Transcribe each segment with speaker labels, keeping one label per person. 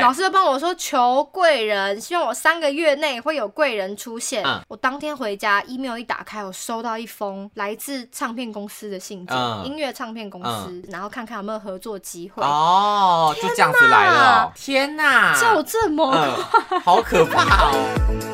Speaker 1: 老师就帮我说求贵人，希望我三个月内会有贵人出现。
Speaker 2: 嗯
Speaker 1: 我当天回家，email 一打开，我收到一封来自唱片公司的信件，
Speaker 2: 嗯
Speaker 1: 音乐唱片公司，然后看看有没有合作机会。
Speaker 2: 哦，就这样子来了哦，天哪，
Speaker 1: 就这么快、
Speaker 2: 嗯，好可怕 哦。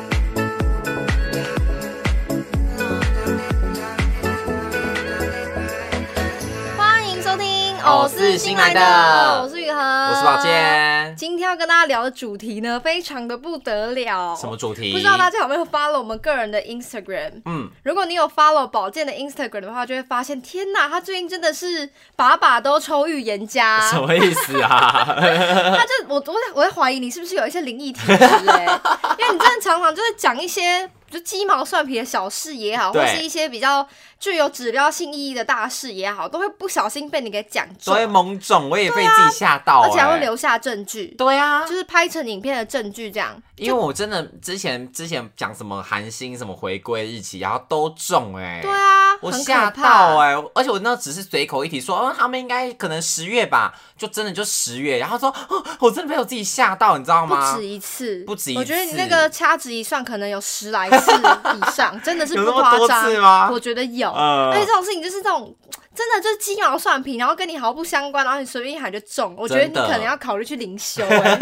Speaker 1: 欢迎收听，
Speaker 2: 哦
Speaker 1: 我
Speaker 2: 是
Speaker 1: 是
Speaker 2: 新
Speaker 1: 新来
Speaker 2: 来的
Speaker 1: 的，我是雨禾，
Speaker 2: 我
Speaker 1: 我
Speaker 2: 是宝。健，
Speaker 1: 今天要跟大家聊的主题呢，非常的不得了。
Speaker 2: 什么主题？
Speaker 1: 不知道大家有没有 follow 我们个人的 Instagram？
Speaker 2: 嗯，
Speaker 1: 如果你有 follow 宝健的 Instagram 的话，就会发现，天哪，他最近真的是把把都抽预言家。
Speaker 2: 什么意思 啊？
Speaker 1: 他就我我在我在怀疑你是不是有一些灵异体质哎、 因为你真的常常就是讲一些就鸡毛蒜皮的小事也好，或
Speaker 2: 对
Speaker 1: 是一些比较具有指标性意义的大事也好，都会不小心被你给讲中
Speaker 2: 所，以懵懂，我也被自己吓到、欸，
Speaker 1: 啊而且还会留下证据，
Speaker 2: 对啊
Speaker 1: 就，是拍成影片的证据这样。
Speaker 2: 因为我真的之前之前讲什么韩星什么回归日期，然后都中哎、
Speaker 1: 对啊，
Speaker 2: 我
Speaker 1: 很
Speaker 2: 吓
Speaker 1: 可
Speaker 2: 到
Speaker 1: 怕。
Speaker 2: 哎、而且我那只是随口一提说，嗯，他们应该可能十月吧，就真的就十月，然后说，哦，我真的被我自己吓到，你知道
Speaker 1: 不
Speaker 2: 吗
Speaker 1: 止？一次，
Speaker 2: 不止一
Speaker 1: 我觉得你那
Speaker 2: 次
Speaker 1: 个掐指一算，可能有十来次以 上，真的是
Speaker 2: 有
Speaker 1: 不
Speaker 2: 那么
Speaker 1: 夸
Speaker 2: 多
Speaker 1: 张
Speaker 2: 次。吗？
Speaker 1: 我觉得有，
Speaker 2: 呃
Speaker 1: 而且这种事情就是这种，真的就是鸡毛蒜皮，然后跟你毫不相关，然后你随便一喊就中。我觉得你
Speaker 2: 真的
Speaker 1: 可能要考虑去灵 修、欸。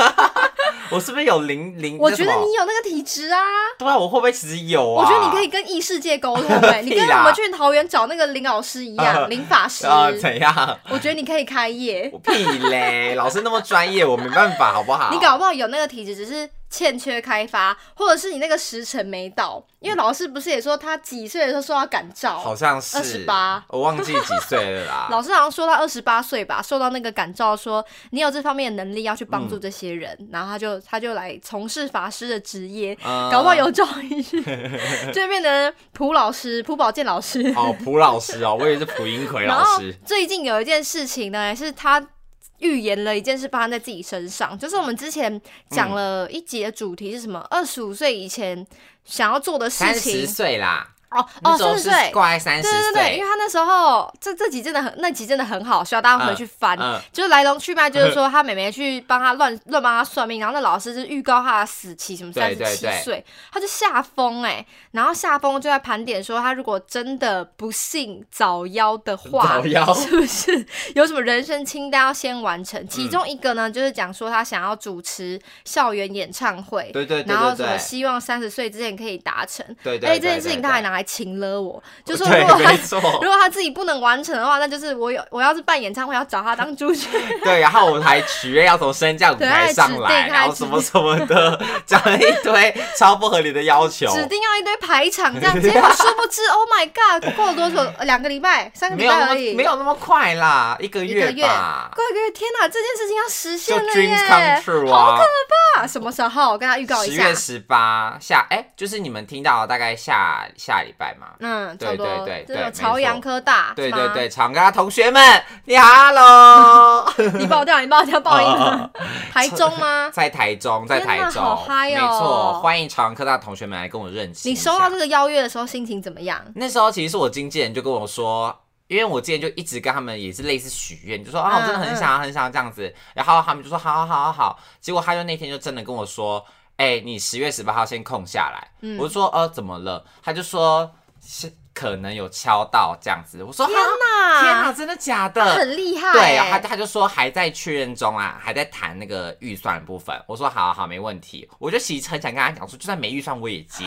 Speaker 2: 我是不是有零零？
Speaker 1: 我
Speaker 2: 那
Speaker 1: 觉
Speaker 2: 什
Speaker 1: 得
Speaker 2: 么
Speaker 1: 你有那个体质啊，
Speaker 2: 对啊，我会不会其实有
Speaker 1: 我
Speaker 2: 啊？
Speaker 1: 觉得你可以跟异世界沟通、欸， 你跟
Speaker 2: 屁啦
Speaker 1: 我们去桃园找那个林老师一样，
Speaker 2: 呃
Speaker 1: 林法师。
Speaker 2: 啊、怎样？
Speaker 1: 我觉得你可以开业，
Speaker 2: 我屁 嘞！老师那么专业，我没办法，好不好？
Speaker 1: 你搞不好有那个体质，只是欠缺开发，或者是你那个时辰没到。因为老师不是也说他几岁的时候受到感
Speaker 2: 好
Speaker 1: 召，
Speaker 2: 像是
Speaker 1: 28，
Speaker 2: 我忘记几岁了啦。
Speaker 1: 老师好像说他二十八岁吧，受到那个感召说你有这方面的能力要去
Speaker 2: 嗯
Speaker 1: 帮助这些人，然后他就他就来从事法师的职业，
Speaker 2: 嗯
Speaker 1: 搞不好有朝一日 就会变成蒲老师、蒲宝健老师。
Speaker 2: 哦，蒲老师哦，我以为是蒲英奎
Speaker 1: 然
Speaker 2: 老
Speaker 1: 后
Speaker 2: 师。
Speaker 1: 最近有一件事情呢，是他预言了一件事发生在自己身上，就是我们之前讲了一集的主题是什么？二十五岁以前想要做的事
Speaker 2: 嗯三十
Speaker 1: 情
Speaker 2: 岁啦，
Speaker 1: 哦
Speaker 2: 那
Speaker 1: 哦，
Speaker 2: 时候
Speaker 1: 三十
Speaker 2: 是
Speaker 1: 岁。
Speaker 2: 挂在三
Speaker 1: 对对
Speaker 2: 十
Speaker 1: 对，因为
Speaker 2: 岁。
Speaker 1: 他那时候这这集真的很，那集真的很好笑，大家回去翻。
Speaker 2: 嗯，
Speaker 1: 就是来龙去脉，就是说他妹妹去帮他 乱乱帮他算命，然后那老师就是预告他的死期，什么三
Speaker 2: 对
Speaker 1: 十
Speaker 2: 对
Speaker 1: 七
Speaker 2: 对
Speaker 1: 岁，他就吓疯哎，然后吓疯就在盘点说，他如果真的不幸早夭的话
Speaker 2: 早，夭
Speaker 1: 是不是有什么人生清单要先完成？其中一个呢，就是讲说他想要主持校园演唱会，
Speaker 2: 对对对
Speaker 1: 然后
Speaker 2: 对
Speaker 1: 什么
Speaker 2: 对
Speaker 1: 希望三十岁之前可以达成，
Speaker 2: 对对。
Speaker 1: 而且这件事情他还
Speaker 2: 拿，
Speaker 1: 拿来请了我，就说如果
Speaker 2: 对，
Speaker 1: 他
Speaker 2: 没错
Speaker 1: 如，果他自己不能完成的话，那就是我有我要是办演唱会要找他当主角，
Speaker 2: 对，然后我们还许愿要从升降舞台上
Speaker 1: 对还指
Speaker 2: 来，
Speaker 1: 定
Speaker 2: 然后什么什么的，讲了一堆超不合理的要求，
Speaker 1: 指定要一堆排场这样。结果殊不 知，Oh my God，过了多久？呃两个礼拜、三个
Speaker 2: 没
Speaker 1: 礼
Speaker 2: 有
Speaker 1: 拜
Speaker 2: 那么
Speaker 1: 而已，
Speaker 2: 没有那么快啦，一个
Speaker 1: 一个
Speaker 2: 月
Speaker 1: 月，
Speaker 2: 吧，
Speaker 1: 过一个月，天哪，这件事情要实
Speaker 2: 就
Speaker 1: 现了
Speaker 2: dreams come
Speaker 1: 耶！
Speaker 2: true 啊，
Speaker 1: 啊，什么时候？我跟他预告
Speaker 2: 十
Speaker 1: 一下
Speaker 2: 月。十八下，哎、就是你们听到的大概下下礼拜嘛。
Speaker 1: 嗯，差不多，
Speaker 2: 对对对
Speaker 1: 这
Speaker 2: 对
Speaker 1: 种
Speaker 2: 没
Speaker 1: 朝阳
Speaker 2: 错
Speaker 1: 科大，
Speaker 2: 对
Speaker 1: 是
Speaker 2: 对
Speaker 1: 吗，
Speaker 2: 对，长庚啊同学们，你 hello，
Speaker 1: 你爆掉，你爆掉，爆音
Speaker 2: 哦
Speaker 1: 了， 台中吗？
Speaker 2: 在台中，在台
Speaker 1: 天
Speaker 2: 中，
Speaker 1: 哪好嗨哦
Speaker 2: 没错，欢迎长阳科大的同学们来跟我认识。
Speaker 1: 你收到这个邀约的时候心情怎么样？
Speaker 2: 那时候其实是我经纪人就跟我说，因为我之前就一直跟他们也是类似许愿，就说啊，
Speaker 1: 嗯
Speaker 2: 我真的很想要、很想要这样子，然后他们就说好好好好好，结果他就那天就真的跟我说，哎、你十月十八号先空下来，
Speaker 1: 嗯
Speaker 2: 我就说呃怎么了？他就说是可能有敲到这样子，我说
Speaker 1: 天
Speaker 2: 哈
Speaker 1: 哪，
Speaker 2: 天哪，真的假的？
Speaker 1: 很厉害欸，
Speaker 2: 对，然啊后他他就说还在确认中啊，还在谈那个预算的部分。我说好好没问题，我就其实很想跟他讲说，就算没预算我也 接。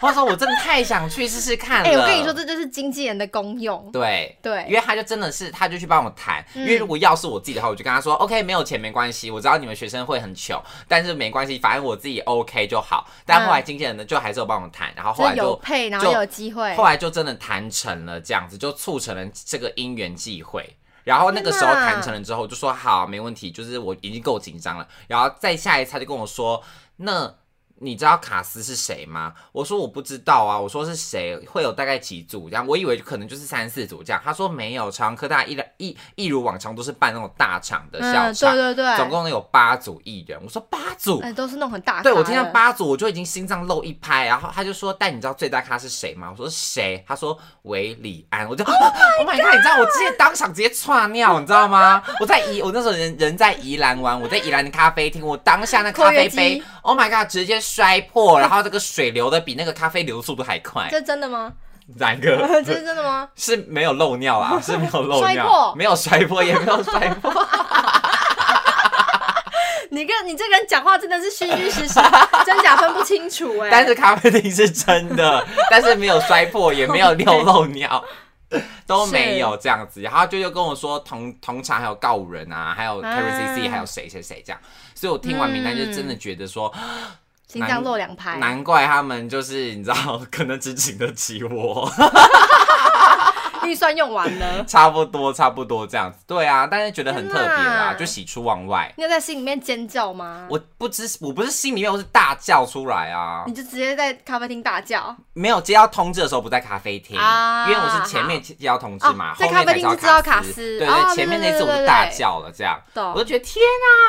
Speaker 2: 我说我真的太想去试试看了。
Speaker 1: 哎、我跟你说，，这就是经纪人的功用。
Speaker 2: 对。因
Speaker 1: 对，
Speaker 2: 为他就真的是，他就去帮我谈。
Speaker 1: 嗯
Speaker 2: 因为如果要是我自己的话，我就跟他说、o k 没有钱没关系，我知道你们学生会很穷，但是没关系，反正我自己 OK 就好。但后来经纪人呢，就还是有帮我谈，然后
Speaker 1: 就
Speaker 2: 后来
Speaker 1: 是嗯有
Speaker 2: 就
Speaker 1: 配，然后
Speaker 2: 就
Speaker 1: 有机会
Speaker 2: 后。来就真的谈成了，这样子就促成了这个因缘际会。然后那个时候
Speaker 1: 天哪
Speaker 2: 谈成了之后，我就说好，没问题，就是我已经够紧张了。然后再下一次他就跟我说，那你知道卡斯是谁吗？我说我不知道啊，我说是谁会有大概几组这样，我以为可能就是三四组这样。他说没有，朝阳科大一一一如往常都是办那种大场的小
Speaker 1: 嗯，
Speaker 2: 场，
Speaker 1: 对对对，
Speaker 2: 总共有八组艺人。我说八组，
Speaker 1: 哎、都是那种很大咖的。
Speaker 2: 对我听到八组我就已经心脏漏一拍，然后他就说，但你知道最大咖是谁吗？我说谁？他说韦礼安，我就 Oh my god！你知道我直接当场直接窜尿，你知道吗？我在宜，我那时候人人在宜兰玩，我在宜兰的咖啡厅，我当下那咖啡
Speaker 1: 扩约
Speaker 2: 杯
Speaker 1: 肌
Speaker 2: ，Oh my god！直接摔破，然后这个水流的比那个咖啡流速度还快，
Speaker 1: 这是真的 吗？
Speaker 2: 哪一
Speaker 1: 这
Speaker 2: 个？
Speaker 1: 是真的吗？
Speaker 2: 是没有漏尿啊，是没有漏
Speaker 1: 摔
Speaker 2: 尿
Speaker 1: 破，
Speaker 2: 没有摔破，也没有摔破。
Speaker 1: 你跟你这个人讲话真的是虚虚实 实，真假分不清楚哎、
Speaker 2: 但是咖啡厅是 真的，但是没有摔破，也没有漏漏尿。都没有这样子，然后就又跟我说同同场还有告五人啊，还有 Terry C C，、
Speaker 1: 啊
Speaker 2: 还有谁谁谁这样，所以我听完名单就真的觉得说，
Speaker 1: 嗯心脏落两拍，
Speaker 2: 难怪他们就是你知道， 可能只请得起我，
Speaker 1: 预算用完了。
Speaker 2: 差不多差不多这样子，对啊，但是觉得很特别
Speaker 1: 天
Speaker 2: 啦，
Speaker 1: 哪
Speaker 2: 就喜出望外。
Speaker 1: 你有在心里面尖叫吗？
Speaker 2: 我不知我不是心里面我是大叫出来啊，
Speaker 1: 你就直接在咖啡厅大叫
Speaker 2: 没有接到通知的时候不在咖啡厅，
Speaker 1: 啊
Speaker 2: 因为我是前面接到通知嘛，
Speaker 1: 哦
Speaker 2: 后面才
Speaker 1: 在咖啡厅就知道
Speaker 2: 卡
Speaker 1: 卡斯
Speaker 2: 对
Speaker 1: 哦
Speaker 2: 对，前面那次我
Speaker 1: 对对对
Speaker 2: 就大叫了，这样，
Speaker 1: 懂
Speaker 2: 我就觉得天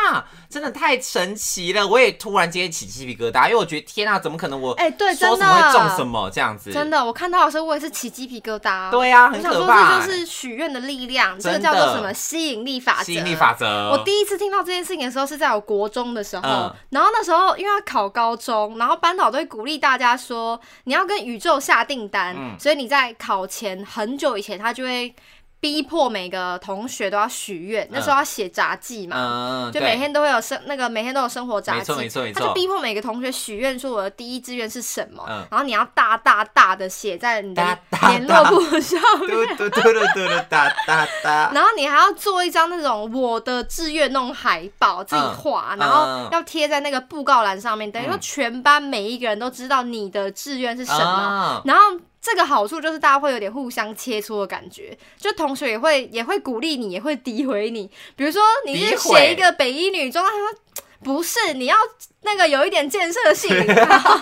Speaker 2: 啊，真的太神奇了，我也突然间起鸡皮疙瘩，因为我觉得天啊，怎么可能我
Speaker 1: 哎对
Speaker 2: 说
Speaker 1: 真
Speaker 2: 什
Speaker 1: 的
Speaker 2: 么会中什么这样子，
Speaker 1: 真的，我看到的时候我也是起鸡皮疙瘩。
Speaker 2: 对啊，
Speaker 1: 我
Speaker 2: 很
Speaker 1: 想说
Speaker 2: 可怕，
Speaker 1: 这就是许愿的力量，这
Speaker 2: 真的
Speaker 1: 个叫做什么吸引力法则？
Speaker 2: 吸引力法则，
Speaker 1: 我第一次听到这件事情的时候是在我国中的时候，
Speaker 2: 嗯
Speaker 1: 然后那时候因为要考高中，然后班导都会鼓励大家说你要跟宇宙下订单，
Speaker 2: 嗯
Speaker 1: 所以你在考前很久以前他就会逼迫每个同学都要许愿，那时候要写杂记嘛。
Speaker 2: 嗯，
Speaker 1: 就
Speaker 2: 对
Speaker 1: 每天都会有生那个每天都有生活杂
Speaker 2: 没
Speaker 1: 记
Speaker 2: 错没错没，
Speaker 1: 他
Speaker 2: 错
Speaker 1: 就逼迫每个同学许愿说我的第一志愿是什么，
Speaker 2: 嗯
Speaker 1: 然后你要大大大的写在你
Speaker 2: 大
Speaker 1: 的
Speaker 2: 大
Speaker 1: 联络簿上面，
Speaker 2: 嘟嘟嘟嘟嘟嘟哒哒哒，
Speaker 1: 然后你还要做一张那种我的志愿那种海报，自己画，
Speaker 2: 嗯
Speaker 1: 然后要贴在那个布告栏上面，等于说
Speaker 2: 嗯
Speaker 1: 全班每一个人都知道你的志愿是什么。
Speaker 2: 啊
Speaker 1: 然后这个好处就是大家会有点互相切磋的感觉，就同学也会也会鼓励你，也会诋毁你。比如说你是
Speaker 2: 诋毁
Speaker 1: 写一个北一女中，他说。不是，你要那个有一点建设 性，然后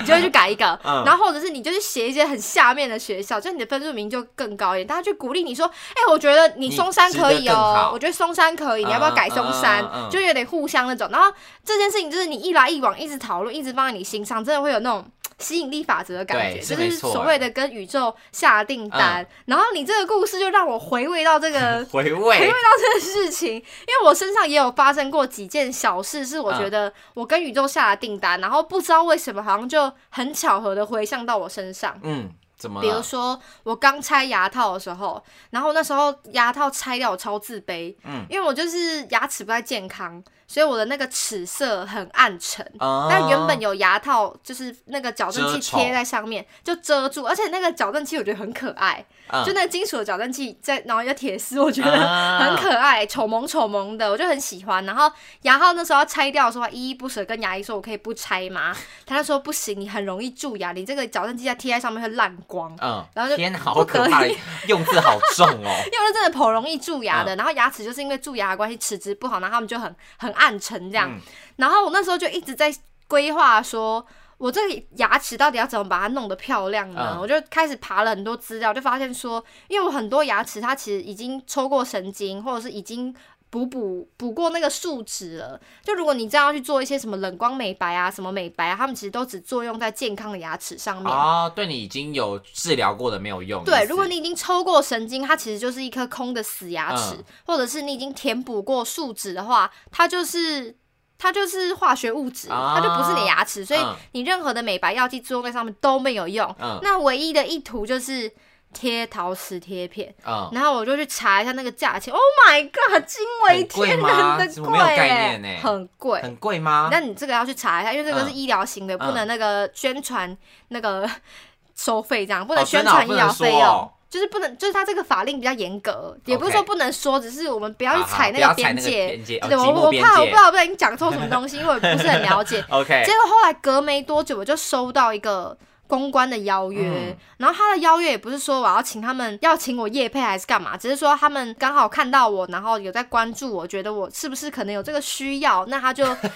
Speaker 1: 你就会去改一个，
Speaker 2: 嗯
Speaker 1: 然后或者是你就去写一些很下面的学校，就你的分数名就更高一点，大家就鼓励你说，哎、我觉得你松山可
Speaker 2: 你值
Speaker 1: 以
Speaker 2: 得更
Speaker 1: 哦，
Speaker 2: 好
Speaker 1: 我觉得松山可以，你要不要改松山？
Speaker 2: 嗯嗯嗯嗯嗯
Speaker 1: 就有点互相那种。然后这件事情就是你一来一往，一直讨论，一直放在你心上，真的会有那种吸引力法则的感
Speaker 2: 对
Speaker 1: 觉，
Speaker 2: 是
Speaker 1: 就
Speaker 2: 没
Speaker 1: 是
Speaker 2: 错。
Speaker 1: 所谓的跟宇宙下订单。然后你这个故事就让我回味到这个
Speaker 2: 回
Speaker 1: 回味
Speaker 2: 味，
Speaker 1: 到这个事情，因为我身上也有发生过几件小事，是我
Speaker 2: 嗯
Speaker 1: 觉得我跟宇宙下了订单，然后不知道为什么好像就很巧合的回向到我身上。
Speaker 2: 嗯，怎么
Speaker 1: 比如
Speaker 2: 了？
Speaker 1: 说我刚拆牙套的时候，然后那时候牙套拆掉，我超自卑，
Speaker 2: 嗯
Speaker 1: 因为我就是牙齿不太健康，所以我的那个齿色很暗沉。
Speaker 2: 啊
Speaker 1: 但原本有牙套，就是那个矫正器
Speaker 2: 遮丑
Speaker 1: 贴在上面就遮住，而且那个矫正器我觉得很可爱，
Speaker 2: 嗯
Speaker 1: 就那个金属的矫正器在，然后要铁丝，我觉得
Speaker 2: 啊
Speaker 1: 很可爱，丑萌丑萌的，我就很喜欢。然后牙套那时候要拆掉的时候，还依依不舍跟牙医说：“我可以不拆吗？”他就说：“不行，你很容易蛀牙，你这个矫正器在贴在上面会烂光。”
Speaker 2: 嗯，
Speaker 1: 然后就
Speaker 2: 天哪，好
Speaker 1: 不
Speaker 2: 可
Speaker 1: 得
Speaker 2: 怕的 用字好重哦。
Speaker 1: 因为真的颇容易蛀牙
Speaker 2: 嗯
Speaker 1: 的，然后牙齿就是因为蛀牙的关系齿质不好，然后他们就很很暗沉这样。
Speaker 2: 嗯
Speaker 1: 然后我那时候就一直在规划说。我这个牙齿到底要怎么把它弄得漂亮呢？
Speaker 2: 嗯
Speaker 1: 我就开始爬了很多资料，就发现说，因为我很多牙齿它其实已经抽过神经，或者是已经补补补过那个树脂了。就如果你这样去做一些什么冷光美白啊、什么美白啊，它们其实都只作用在健康的牙齿上面。
Speaker 2: 哦，对你已经有治疗过的没有用。
Speaker 1: 嗯对，
Speaker 2: 意思
Speaker 1: 如果你已经抽过神经，它其实就是一颗空的死牙齿，
Speaker 2: 嗯
Speaker 1: 或者是你已经填补过树脂的话，它就是它就是化学物质，
Speaker 2: 啊
Speaker 1: 它就不是你牙齿，所以
Speaker 2: 嗯
Speaker 1: 你任何的美白药剂作用在上面都没有用。
Speaker 2: 嗯
Speaker 1: 那唯一的意图就是贴陶瓷贴片。
Speaker 2: 嗯，
Speaker 1: 然后我就去查一下那个价钱，Oh my god，惊为
Speaker 2: 很贵
Speaker 1: 天
Speaker 2: 吗
Speaker 1: 人的
Speaker 2: 怎么
Speaker 1: 贵、
Speaker 2: 没有概
Speaker 1: 欸，
Speaker 2: 念欸
Speaker 1: 很贵，
Speaker 2: 很贵吗？
Speaker 1: 那你这个要去查一下，因为这个是
Speaker 2: 啊嗯
Speaker 1: 医疗型的，
Speaker 2: 嗯
Speaker 1: 不能那个宣传那个 收费这样，不能
Speaker 2: 哦真
Speaker 1: 宣
Speaker 2: 的哦
Speaker 1: 传医疗费
Speaker 2: 不
Speaker 1: 用。
Speaker 2: 能说哦
Speaker 1: 就是不能，就是它这个法令比较严格，也不是说
Speaker 2: OK
Speaker 1: 不能说，只是我们不要去
Speaker 2: 好好
Speaker 1: 踩那
Speaker 2: 不要
Speaker 1: 个
Speaker 2: 踩那
Speaker 1: 边
Speaker 2: 个
Speaker 1: 界。
Speaker 2: 边界哦
Speaker 1: 对，我
Speaker 2: 寂寞
Speaker 1: 我
Speaker 2: 边
Speaker 1: 怕
Speaker 2: 界哎
Speaker 1: 我不知道我不小心讲错什么东 西，因为我不是很了解。
Speaker 2: OK，
Speaker 1: 结果后来隔没多久，我就收到一个公关的邀约，
Speaker 2: 嗯
Speaker 1: 然后他的邀约也不是说我要请他们要请我夜配还是干嘛，只是说他们刚好看到我，然后有在关注我，觉得我是不是可能有这个需要，那他就就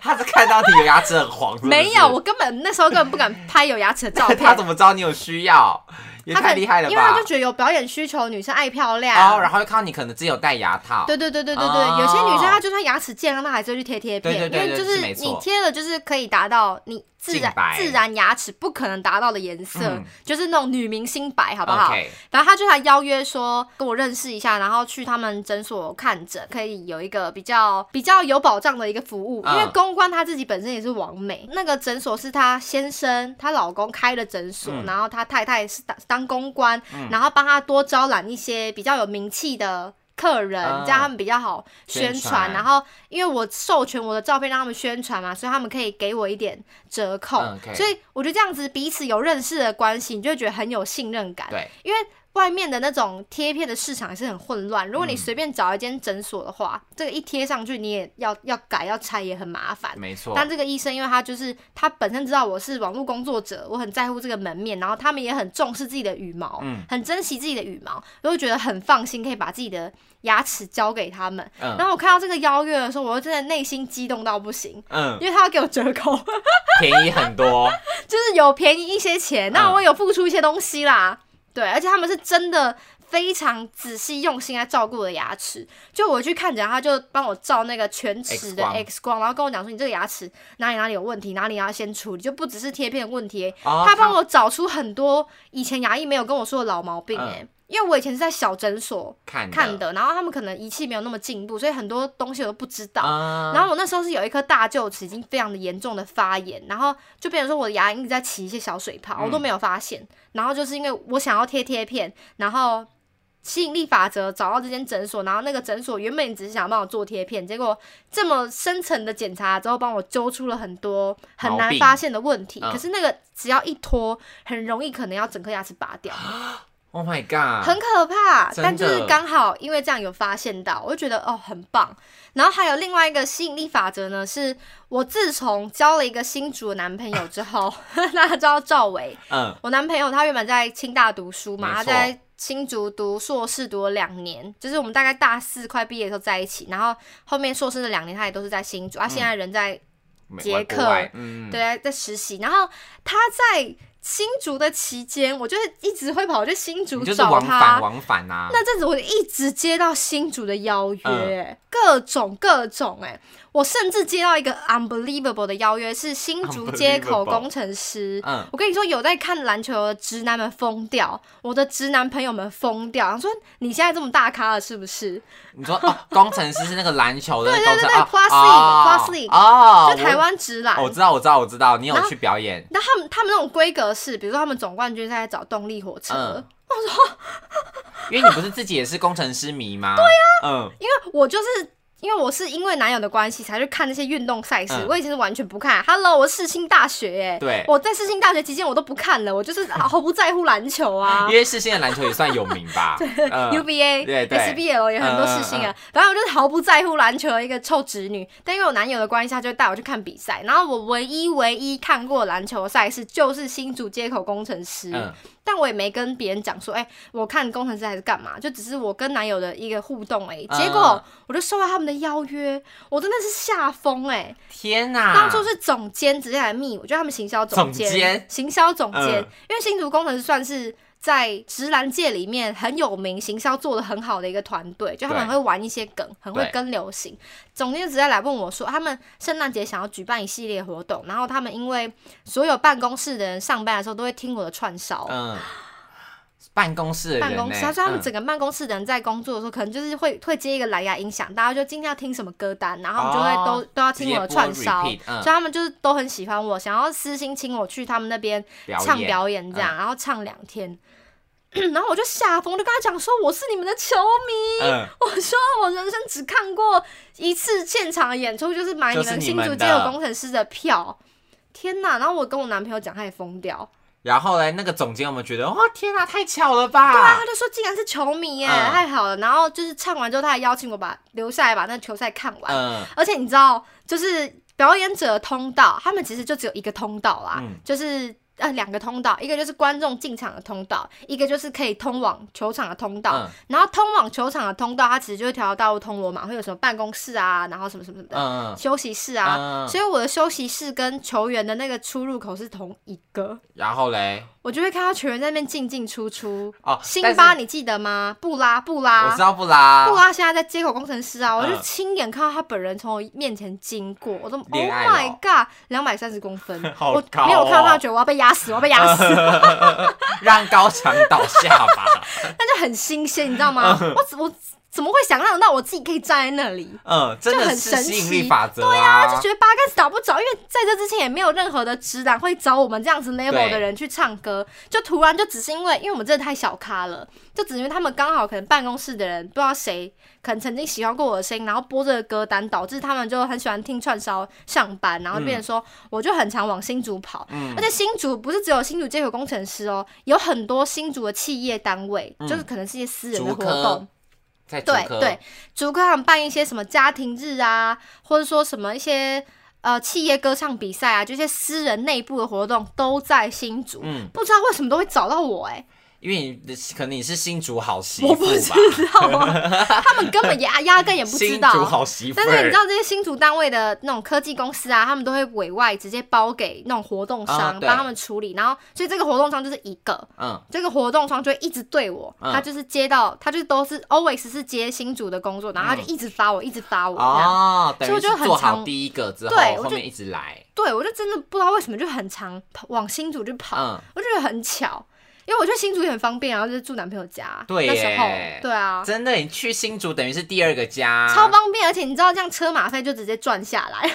Speaker 2: 他这个看到你有牙齿很黄，是不是
Speaker 1: 没有，我根本那时候根本不敢拍有牙齿的照片。
Speaker 2: 他怎么知道你有需要？也
Speaker 1: 他可
Speaker 2: 太
Speaker 1: 能
Speaker 2: 厉害了
Speaker 1: 因为他
Speaker 2: 吧
Speaker 1: 就！觉得有表演需求，女生爱漂亮。
Speaker 2: 哦，然后又看到你可能自己有戴牙套，
Speaker 1: 对对对对对对，
Speaker 2: 哦
Speaker 1: 有些女生她就算牙齿健康，她还是会去贴贴片，
Speaker 2: 对对对对
Speaker 1: 因为就是
Speaker 2: 没
Speaker 1: 是
Speaker 2: 错
Speaker 1: 你贴了，就是可以达到你自然
Speaker 2: 净白
Speaker 1: 自然牙齿不可能达到的颜色，
Speaker 2: 嗯
Speaker 1: 就是那种女明星白，好不好
Speaker 2: OK，
Speaker 1: 然后她就来邀约说跟我认识一下，然后去他们诊所看诊，可以有一个比较比较有保障的一个服务，
Speaker 2: 嗯
Speaker 1: 因为公关她自己本身也是王美，那个诊所是她先生她老公开的诊所，
Speaker 2: 嗯
Speaker 1: 然后她太太是当当公关，
Speaker 2: 嗯
Speaker 1: 然后帮她多招揽一些比较有名气的。客人
Speaker 2: 嗯，
Speaker 1: 这样他们比较好宣
Speaker 2: 宣
Speaker 1: 传，
Speaker 2: 传
Speaker 1: 然后因为我授权我的照片让他们宣传嘛，所以他们可以给我一点折扣，
Speaker 2: 嗯，OK
Speaker 1: 所以我觉得这样子彼此有认识的关系，你就会觉得很有信任感。
Speaker 2: 对，
Speaker 1: 因为外面的那种贴片的市场也是很混乱，如果你
Speaker 2: 嗯
Speaker 1: 随便找一间诊所的话，这个一贴上去你也要要改要拆也很麻烦。
Speaker 2: 没错，
Speaker 1: 但这个医生，因为他就是他本身知道我是网络工作者，我很在乎这个门面，然后他们也很重视自己的羽毛，
Speaker 2: 嗯
Speaker 1: 很珍惜自己的羽毛，我就觉得很放心，可以把自己的牙齿交给他们。
Speaker 2: 嗯
Speaker 1: 然后我看到这个邀约的时候，我就真的内心激动到不行，
Speaker 2: 嗯，
Speaker 1: 因为他要给我折扣，
Speaker 2: 便宜很多，
Speaker 1: 就是有便宜一些
Speaker 2: 嗯
Speaker 1: 钱，那我有付出一些东西啦。对，而且他们是真的非常仔细用心在照顾我的牙齿。就我去看诊，他就帮我照那个全齿的
Speaker 2: X 光
Speaker 1: X 光，然后跟我讲说你这个牙齿哪里哪里有问题，哪里要先处理，就不只是贴片的问题。欸
Speaker 2: 哦
Speaker 1: 他帮我找出很多以前牙医没有跟我说的老毛病诶、
Speaker 2: 嗯
Speaker 1: 因为我以前是在小诊所
Speaker 2: 看
Speaker 1: 看的，然后他们可能仪器没有那么进步，所以很多东西我都不知道。
Speaker 2: 啊，
Speaker 1: 然后我那时候是有一颗大臼齿已经非常的严重的发炎，然后就变成说我的牙龈一直在起一些小水
Speaker 2: 嗯
Speaker 1: 泡，我都没有发现。然后就是因为我想要贴贴片，然后吸引力法则找到这间诊所，然后那个诊所原本只是想帮我做贴片，结果这么深层的检查之后，帮我揪出了很多很
Speaker 2: 毛
Speaker 1: 难
Speaker 2: 病
Speaker 1: 发现的问题。
Speaker 2: 嗯
Speaker 1: 可是那个只要一拖，很容易可能要整颗牙齿拔掉，
Speaker 2: Oh my god，
Speaker 1: 很可怕。
Speaker 2: 真的
Speaker 1: 但就是刚好因为这样有发现到，我就觉得哦很棒。然后还有另外一个吸引力法则呢，是我自从交了一个新竹的男朋友之 后，那他叫赵伟，
Speaker 2: 嗯
Speaker 1: 我男朋友他原本在清大读书嘛，
Speaker 2: 没
Speaker 1: 他
Speaker 2: 错
Speaker 1: 在新竹读硕士读了两年，就是我们大概大四快毕业的时候在一起，然后后面硕士的两年他也都是在新竹，他啊现在人在、
Speaker 2: 美
Speaker 1: 捷
Speaker 2: 外国
Speaker 1: 克
Speaker 2: 外嗯，
Speaker 1: 对，在实习，然后他在。新竹的期间，我就是一直会跑去新竹
Speaker 2: 你就是
Speaker 1: 找
Speaker 2: 往
Speaker 1: 他，
Speaker 2: 返往返啊呐，
Speaker 1: 那阵子我就一直接到新竹的邀约，
Speaker 2: 嗯
Speaker 1: 各种各种哎、我甚至接到一个 unbelievable 的邀约，是新竹街口
Speaker 2: Unbelievable
Speaker 1: 工程师。
Speaker 2: 嗯，
Speaker 1: 我跟你说，有在看篮球的直男们疯掉，我的直男朋友们疯掉，想说你现在这么大咖了是不是？
Speaker 2: 你说哦， 工程师是那个篮球的那个
Speaker 1: 对
Speaker 2: 工
Speaker 1: 对
Speaker 2: 程
Speaker 1: 对
Speaker 2: 哦
Speaker 1: Plus
Speaker 2: 哦
Speaker 1: League，Plus League，
Speaker 2: 哦，
Speaker 1: 就台湾啊直男。
Speaker 2: 我，我知道我知道我知道，你
Speaker 1: 然
Speaker 2: 有
Speaker 1: 后
Speaker 2: 去表演，
Speaker 1: 那他们他们那种规格是，比如说他们总冠军赛在找动力火车，
Speaker 2: 嗯，因为你不是自己也是工程师迷 吗？对呀，嗯，
Speaker 1: 因为我就是因为我是因为男友的关系才去看那些运动赛事，
Speaker 2: 嗯
Speaker 1: 我以前是完全不看。Hello，我是世新大学欸耶、
Speaker 2: 对
Speaker 1: 我在世新大学期间我都不看了，我就是 毫不在乎篮球啊
Speaker 2: 因。为世新的篮 球也算有名 吧，嗯
Speaker 1: UBA、
Speaker 2: 对嗯对
Speaker 1: SBL 也很多事情啊，反正我就是毫不在乎篮球的一个臭直女。但因为我男友的关系，他就带我去看比赛。然后我唯一唯一看过篮球赛事就是新竹街口工程师，
Speaker 2: 嗯，
Speaker 1: 但我也没跟别人讲说，哎、我看工程师还是干嘛，就只是我跟男友的一个互动而已。
Speaker 2: 嗯
Speaker 1: 结果我就收到他们的邀约，我真的是吓疯哎！
Speaker 2: 天哪，
Speaker 1: 当初是总监直接来密我，就他们行销监，
Speaker 2: 啊总监
Speaker 1: 行销总监，
Speaker 2: 嗯
Speaker 1: 因为新竹工程师算是。在直男界里面很有名，行销做的很好的一个团队，就他们
Speaker 2: 对
Speaker 1: 很会玩一些梗，很会
Speaker 2: 对
Speaker 1: 跟流行。总监直接来问我说，啊他们圣诞节想要举办一系列活动，然后他们因为所有办公室的人上班的时候都会听我的串烧，
Speaker 2: 嗯，办公室的人
Speaker 1: 办公室，
Speaker 2: 呢
Speaker 1: 他说他们
Speaker 2: 嗯
Speaker 1: 整个办公室的人在工作的时候，可能就是会会接一个蓝牙音响，大家就今天要听什么歌单，然后我们就会都、
Speaker 2: 哦
Speaker 1: 都要听我的串烧，
Speaker 2: 直接播 repeat，嗯
Speaker 1: 所以他们就是都很喜欢我，想要私心请我去他们那边
Speaker 2: 表
Speaker 1: 唱
Speaker 2: 演嗯
Speaker 1: 表演这样，然后唱两天。 然后我就吓疯，就跟他讲说我是你们的球迷，
Speaker 2: 嗯，
Speaker 1: 我说我人生只看过一次现场的演出，就是买你
Speaker 2: 就是
Speaker 1: 们
Speaker 2: 你
Speaker 1: 新
Speaker 2: 们
Speaker 1: 竹
Speaker 2: 的
Speaker 1: 街友工程师的票。天哪！然后我跟我男朋友讲，他也疯掉。
Speaker 2: 然后嘞，那个总监我们觉得，哦天哪，太巧了吧？
Speaker 1: 对啊，他就说竟然是球迷耶，
Speaker 2: 嗯
Speaker 1: 太好了。然后就是唱完之后，他还邀请我把留下来把那球赛看完。
Speaker 2: 嗯，
Speaker 1: 而且你知道，就是表演者通道，他们其实就只有一个通道啦，
Speaker 2: 嗯
Speaker 1: 就是呃两个通道，一个就是观众进场的通道，一个就是可以通往球场的通道。
Speaker 2: 嗯
Speaker 1: 然后通往球场的通道，它其实就是条条大路通罗马，会有什么办公室啊，然后什么什么什么的、
Speaker 2: 嗯
Speaker 1: 休息室啊。
Speaker 2: 嗯，
Speaker 1: 所以我的休息室跟球员的那个出入口是同一个，
Speaker 2: 然后嘞，
Speaker 1: 我就会看到球员在那边进进出出。
Speaker 2: 哦，
Speaker 1: 辛
Speaker 2: 但是
Speaker 1: 巴，你记得吗？布拉，布
Speaker 2: 我
Speaker 1: 拉
Speaker 2: 知，道不啦，
Speaker 1: 布拉现在在接口工程师啊，我就
Speaker 2: 啊嗯
Speaker 1: 亲眼看到他本人从我面前经过，我都 Oh
Speaker 2: 恋爱了
Speaker 1: my God，两百三十公分，
Speaker 2: 好
Speaker 1: 我
Speaker 2: 高
Speaker 1: 没有看到他，
Speaker 2: 哦
Speaker 1: 觉得我要被压死，我要被压 死，
Speaker 2: 让高墙倒下吧。
Speaker 1: 那就很新鲜，你知道吗？我怎我怎么会想象到我自己可以站在那里？
Speaker 2: 嗯，真
Speaker 1: 就
Speaker 2: 的
Speaker 1: 很
Speaker 2: 是
Speaker 1: 神
Speaker 2: 吸引
Speaker 1: 奇
Speaker 2: 力法则啊
Speaker 1: 他就觉得八竿子打不着，因为在这之前也没有任何的直男会找我们这样子 level
Speaker 2: 对
Speaker 1: 的人去唱歌，就突然就只是因为，因为我们真的太小咖了，就只是因为他们刚好可能办公室的人不知道谁，可能曾经喜欢过我的声音，然后播这个歌单，导致他们就很喜欢听串烧上班，然后就变成
Speaker 2: 嗯
Speaker 1: 说，我就很常往新竹跑，而且新竹不是只有新竹接口工程师哦，有很多新竹的企业单位，就是可能是一些私人的
Speaker 2: 嗯竹
Speaker 1: 活
Speaker 2: 科
Speaker 1: 动，
Speaker 2: 在竹
Speaker 1: 对
Speaker 2: 科
Speaker 1: 对，竹科他们办一些什么家庭日啊，或者说什么一些呃企业歌唱比赛啊，就一些私人内部的活动都在新竹，
Speaker 2: 嗯
Speaker 1: 不知道为什么都会找到我哎、
Speaker 2: 因为你的可能你是新竹好媳妇
Speaker 1: 我
Speaker 2: 吧，
Speaker 1: 不知 道啊，他们根本压压根也不知
Speaker 2: 新竹
Speaker 1: 道。
Speaker 2: 好媳妇
Speaker 1: 但是你知
Speaker 2: 儿。
Speaker 1: 道这些新竹单位的那种科技公司啊，他们都会委外直接包给那种活动商，
Speaker 2: 啊对
Speaker 1: 帮他们处理。然后，所以这个活动商就是一个，
Speaker 2: 嗯，
Speaker 1: 这个活动方就会一直对我，
Speaker 2: 嗯
Speaker 1: 他就是接到，他就是都是 always 是接新主的工作，然后他就一直发我，一直发我，这样
Speaker 2: 嗯哦，
Speaker 1: 所
Speaker 2: 等
Speaker 1: 以我
Speaker 2: 于
Speaker 1: 就很
Speaker 2: 是做好
Speaker 1: 常
Speaker 2: 第一个之后
Speaker 1: 对我，就
Speaker 2: 后面一直来。
Speaker 1: 对我就真的不知道为什么就很常跑往新主去跑，
Speaker 2: 嗯，
Speaker 1: 我就觉得很巧，因为我觉得新主也很方便，啊然后就是住男朋友家，
Speaker 2: 对
Speaker 1: 那时
Speaker 2: 耶
Speaker 1: 候，对啊。
Speaker 2: 真啊的，你去新竹等于是第二个家，
Speaker 1: 超方便，而且你知道这样车马费就直接赚下来，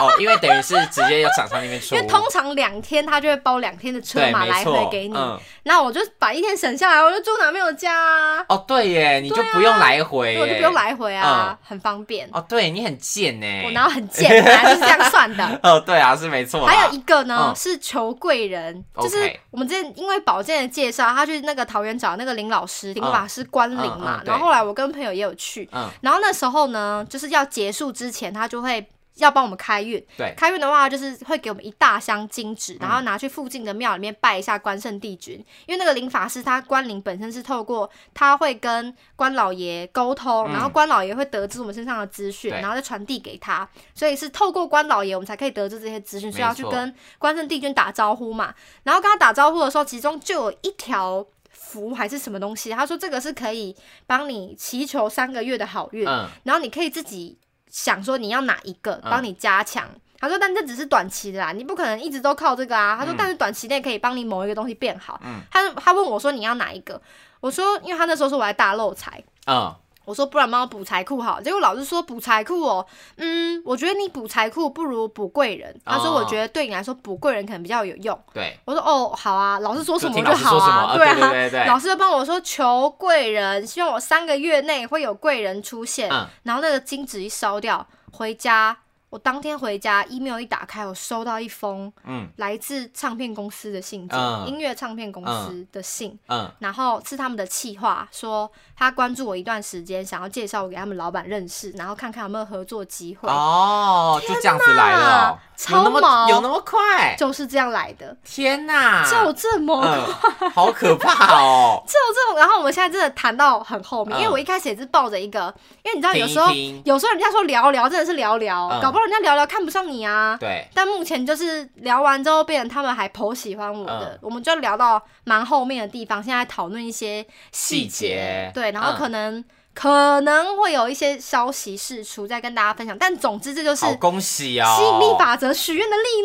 Speaker 2: 哦，因为等于是直接由厂商那边 出，
Speaker 1: 因为通常两天他就会包两天的车
Speaker 2: 对，
Speaker 1: 马
Speaker 2: 没
Speaker 1: 来回
Speaker 2: 错
Speaker 1: 给你，
Speaker 2: 嗯
Speaker 1: 那我就把一天省下来，我就住男朋友家啊，
Speaker 2: 哦，对耶，你就不用来
Speaker 1: 对
Speaker 2: 回耶，
Speaker 1: 我就不用来回啊，很方便。
Speaker 2: 哦，对你很贱呢。
Speaker 1: 我哪有很贱，本 来就是这样算的。
Speaker 2: 哦，对啊，是没错啦。
Speaker 1: 还有一个呢、
Speaker 2: 嗯
Speaker 1: 是求贵人，就
Speaker 2: OK
Speaker 1: 是我们之前因为保健的介绍，他去那个桃园找那个林老师，林
Speaker 2: 嗯
Speaker 1: 法师关林嘛、
Speaker 2: 嗯嗯对
Speaker 1: 然后后来我跟朋友也有去，
Speaker 2: 嗯，
Speaker 1: 然后那时候呢，就是要结束之前，他就会。要帮我们开运，
Speaker 2: 对嗯
Speaker 1: 开运的话就是会给我们一大箱金纸，然后拿去附近的庙里面拜一下关圣帝君，因为那个灵法师他关灵本身是透过他会跟关老爷沟通，
Speaker 2: 嗯
Speaker 1: 然后关老爷会得知我们身上的资讯，
Speaker 2: 对
Speaker 1: 然后再传递给他，所以是透过关老爷我们才可以得知这些资讯，所以要去
Speaker 2: 没错
Speaker 1: 跟关圣帝君打招呼嘛。然后跟他打招呼的时候，其中就有一条符还是什么东西，他说这个是可以帮你祈求三个月的好运，
Speaker 2: 嗯，
Speaker 1: 然后你可以自己想说你要哪一个，
Speaker 2: 嗯
Speaker 1: 帮你加强。他说，但这只是短期的啦，你不可能一直都靠这个啊。他说，但是短期内可以帮你某一个东西变好。
Speaker 2: 嗯
Speaker 1: 他他问我说你要哪一个，我说因为他那时候说我在大漏财，
Speaker 2: 嗯，
Speaker 1: 我说不然帮我补财库好，结果老师说补财库哦，嗯，我觉得你补财库不如补贵人。他说
Speaker 2: 哦
Speaker 1: 我觉得对你来说补贵人可能比较有用。
Speaker 2: 对，
Speaker 1: 我说哦好啊，老师说什么
Speaker 2: 就
Speaker 1: 我
Speaker 2: 听老师
Speaker 1: 好
Speaker 2: 说什
Speaker 1: 啊，
Speaker 2: 么
Speaker 1: 对
Speaker 2: 呃
Speaker 1: 啊，
Speaker 2: 对对对对
Speaker 1: 老师就帮我说求贵人，希望我三个月内会有贵人出现。
Speaker 2: 嗯
Speaker 1: 然后那个金纸一烧掉，回家我当天回家 email 一打开，我收到一封
Speaker 2: 嗯
Speaker 1: 来自唱片公司的信件，
Speaker 2: 嗯
Speaker 1: 音乐唱片公司的信。
Speaker 2: 嗯，
Speaker 1: 然后是他们的企划，说他关注我一段时间，想要介绍我给他们老板认识，然后看看有没有合作机会，
Speaker 2: 哦，就这样子来了哦，
Speaker 1: 天哪超
Speaker 2: 有那
Speaker 1: 毛
Speaker 2: 么有那么快，
Speaker 1: 就是这样来的，
Speaker 2: 天哪，
Speaker 1: 就这么快，
Speaker 2: 嗯，好可怕哦
Speaker 1: 只有这种，然后我们现在真的谈到很后面，
Speaker 2: 嗯
Speaker 1: 因为我一开始也是抱着一个，因为你知道有
Speaker 2: 听一
Speaker 1: 时候
Speaker 2: 听，
Speaker 1: 有时候人家说聊聊真的是聊聊，
Speaker 2: 嗯
Speaker 1: 搞不好人家聊聊看不上你啊。
Speaker 2: 对，
Speaker 1: 但目前就是聊完之后，变成他们还颇喜欢我
Speaker 2: 嗯
Speaker 1: 的，我们就聊到蛮后面的地方，现在讨论一些细
Speaker 2: 细节
Speaker 1: 对，然后
Speaker 2: 嗯
Speaker 1: 可能、可能会有一些消息释出，再跟大家分享。但总之这 就是
Speaker 2: 好
Speaker 1: 吸
Speaker 2: 恭喜哦，
Speaker 1: 引力法则许愿的力